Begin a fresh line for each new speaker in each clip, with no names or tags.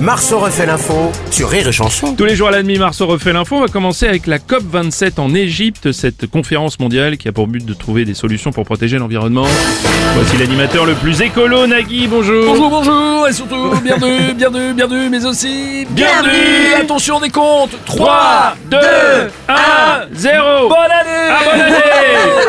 Marceau refait l'info sur Rire et Chanson.
Tous les jours à la demi, Marceau refait l'info. On va commencer avec la COP27 en Égypte, cette conférence mondiale qui a pour but de trouver des solutions pour protéger l'environnement. Voici l'animateur le plus écolo, Nagui, bonjour.
Bonjour, bonjour, et surtout, bienvenue, bienvenue, bienvenue, mais aussi
Bienvenue.
Attention, des comptes
3, 2, 1, 0.
Bonne année
Ah, bonne année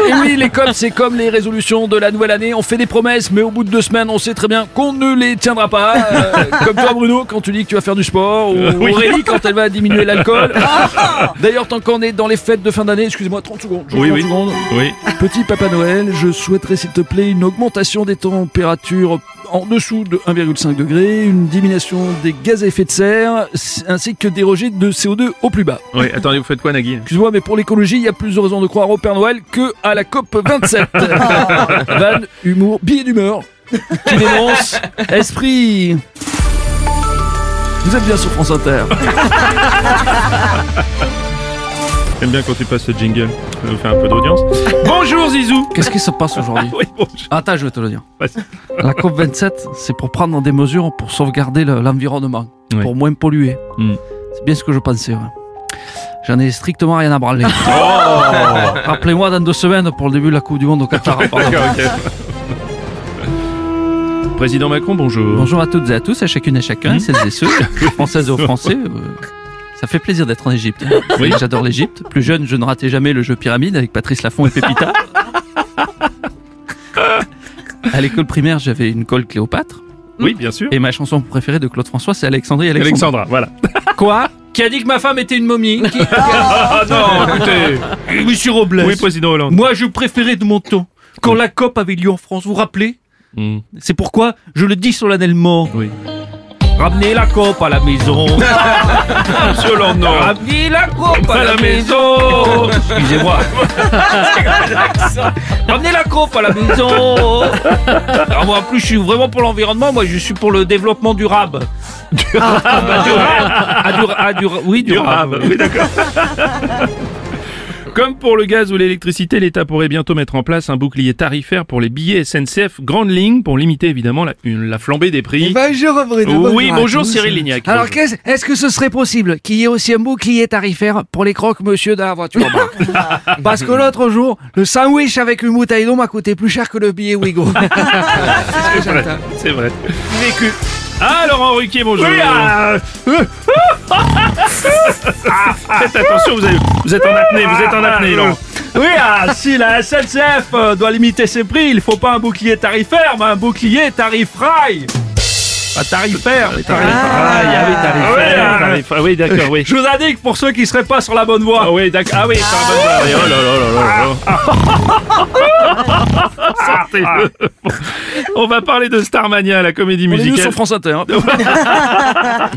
Et oui, les COP, c'est comme les résolutions de la nouvelle année. On fait des promesses, mais au bout de deux semaines, on sait très bien qu'on ne les tiendra pas. Euh, comme toi, Bruno, quand tu dis que tu vas faire du sport, ou
oui.
Aurélie, quand elle va diminuer l'alcool. D'ailleurs, tant qu'on est dans les fêtes de fin d'année, excusez-moi, 30 secondes. je
Oui,
30
oui.
secondes.
Oui.
Petit Papa Noël, je souhaiterais s'il te plaît une augmentation des températures en dessous de 1,5 degré, une diminution des gaz à effet de serre, ainsi que des rejets de CO2 au plus bas.
Oui, attendez, vous faites quoi, Nagui
Excuse-moi, mais pour l'écologie, il y a plus de raisons de croire au Père Noël que à la COP 27. Van, humour, billet d'humeur, qui dénonce, esprit. Vous êtes bien sur France Inter.
J'aime bien quand tu passes ce jingle. Ça nous fait un peu d'audience. Bonjour, Zizou.
Qu'est-ce qui se passe aujourd'hui
Oui, bonjour.
Attends, je vais te le dire.
Vas-y.
La COP27, c'est pour prendre des mesures pour sauvegarder le- l'environnement,
Ouais.
pour moins polluer.
Mm.
C'est bien ce que je pensais. ouais. J'en ai strictement rien à branler.
Oh.
Rappelez-moi dans deux semaines pour le début de la Coupe du Monde au Qatar.
D'accord, ok. Président Macron, bonjour.
Bonjour à toutes et à tous, à chacune et chacun,
Mm.
celles et ceux, françaises et aux français. euh, Ça fait plaisir d'être en Égypte. Vous savez que J'adore l'Égypte. Plus jeune, je ne ratais jamais le jeu pyramide avec Patrice Laffont et Pépita. À l'école primaire, j'avais une colle Cléopâtre.
Oui, bien sûr.
Et ma chanson préférée de Claude François, c'est Alexandrie Alexandre.
Alexandra, voilà.
Quoi Qui a dit que ma femme était une momie Qui-
Ah non, écoutez.
Monsieur Robles.
Oui, président Hollande.
Moi, je préférais de mon temps. Quand la COP avait lieu en France, vous vous rappelez
Mm.
C'est pourquoi je le dis solennellement.
Oui.
Ramenez la COP à la maison.
Monsieur Hollande, non.
Ramenez la COP à la maison.
maison.
Excusez-moi. Ramenez la COP à la maison. Alors moi, en plus, je suis vraiment pour l'environnement. Moi, je suis pour le développement durable. Ah. bah, Durable. Ah, durable. Oui, durable.
durable. Oui, d'accord. Comme pour le gaz ou l'électricité, l'État pourrait bientôt mettre en place un bouclier tarifaire pour les billets SNCF grande ligne pour limiter évidemment la, une- la flambée des prix.
Bah,
Bonjour Bruno.
Oui,
à
bonjour,
tous.
Cyril Lignac.
Alors,
Bonjour.
qu'est-ce- est-ce que ce serait possible qu'il y ait aussi un bouclier tarifaire pour les croque-monsieur dans la voiture en
Oh, bah.
bas Parce que l'autre jour, le sandwich avec une bouteille d'eau m'a coûté plus cher que le billet Wigo.
C'est vrai, C'est vrai. Vécu. Ah, Laurent Ruquier, bonjour.
ah,
ah. Faites attention, vous, avez- vous êtes en apnée, vous êtes en apnée, Laurent.
Oui, ah, si la SNCF euh, doit limiter ses prix, il faut pas un bouclier tarifaire, mais un bouclier tarifraille. Pas tarifaire, mais tarifraille. Ah, oui,
Ah ouais,
tarifaire.
ah, oui, ah oui, d'accord, oui.
Je vous indique pour ceux qui seraient pas sur la bonne voie.
Ah oui, d'accord. Ah oui, pardon, pardon. Oh là là là là là. Sortez-le. Bon. On va parler de Starmania, la comédie musicale.
France Inter. hein.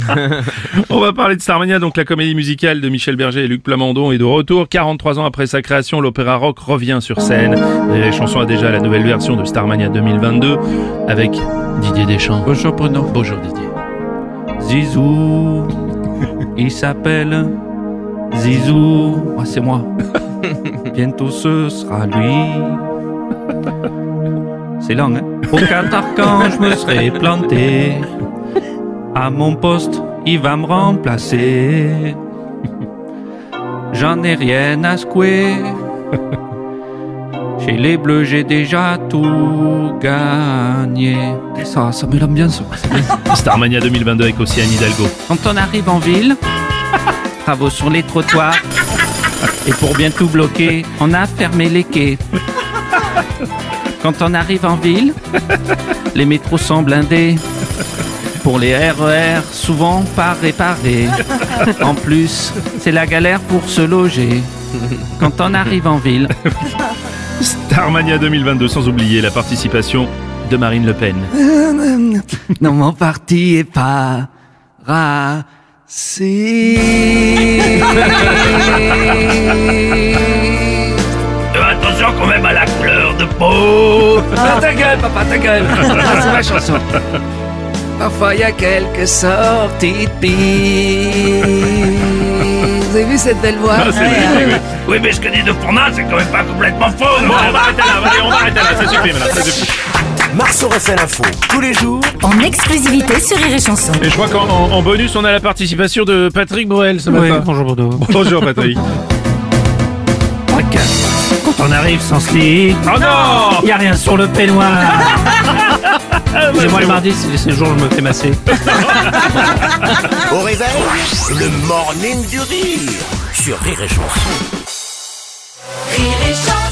On va parler de Starmania, donc la comédie musicale de Michel Berger et Luc Plamondon est de retour. 43 ans après sa création, l'opéra rock revient sur scène. Et la chanson a déjà la nouvelle version de Starmania 2022 avec Didier Deschamps.
Bonjour Bruno.
Bonjour Didier.
Zizou. Il s'appelle Zizou. Ah, c'est moi. Bientôt ce sera lui. C'est long, hein Au Qatar, quand je me serai planté, à mon poste, il va me remplacer. J'en ai rien à secouer. Chez les Bleus, j'ai déjà tout gagné. Ça, ça met l'ambiance.
Starmania 2022 avec aussi Anne Hidalgo.
Quand on arrive en ville, travaux sur les trottoirs. Et pour bien tout bloquer, on a fermé les quais. Quand on arrive en ville, les métros sont blindés. Pour les RER, souvent pas réparés. En plus, c'est la galère pour se loger. Quand on arrive en ville,
Starmania 2022 sans oublier la participation de Marine Le Pen.
non, mon parti est pas
Euh,
raciste.
Attention quand même à la couleur de peau
ta gueule, papa, ta gueule.
Ah.
Ah,
c'est ma chanson. Parfois, il y a quelques sorties de bise.
avez vu cette belle voix
Ah, c'est
Ouais,
magnifique,
euh,
oui. Oui, mais ce que dit de Fournat, c'est quand même pas complètement faux. Non, on va arrêter là, allez, on va arrêter là, ça suffit maintenant, ça suffit.
Marceau refait l'info tous les jours
En exclusivité sur Rire et Chanson.
Et je crois qu'en en- en bonus, on a la participation de Patrick Bruel ce matin.
bonjour Bordeaux.
Bonjour Patrick.
Quand on arrive sans slip,
Oh non
y a rien sur le peignoir. Excusez-moi, le mardi, c'est c'est le jour où je me fais masser.
Au réveil, le morning du rire sur Rire et Chanson.
Rire et Chanson.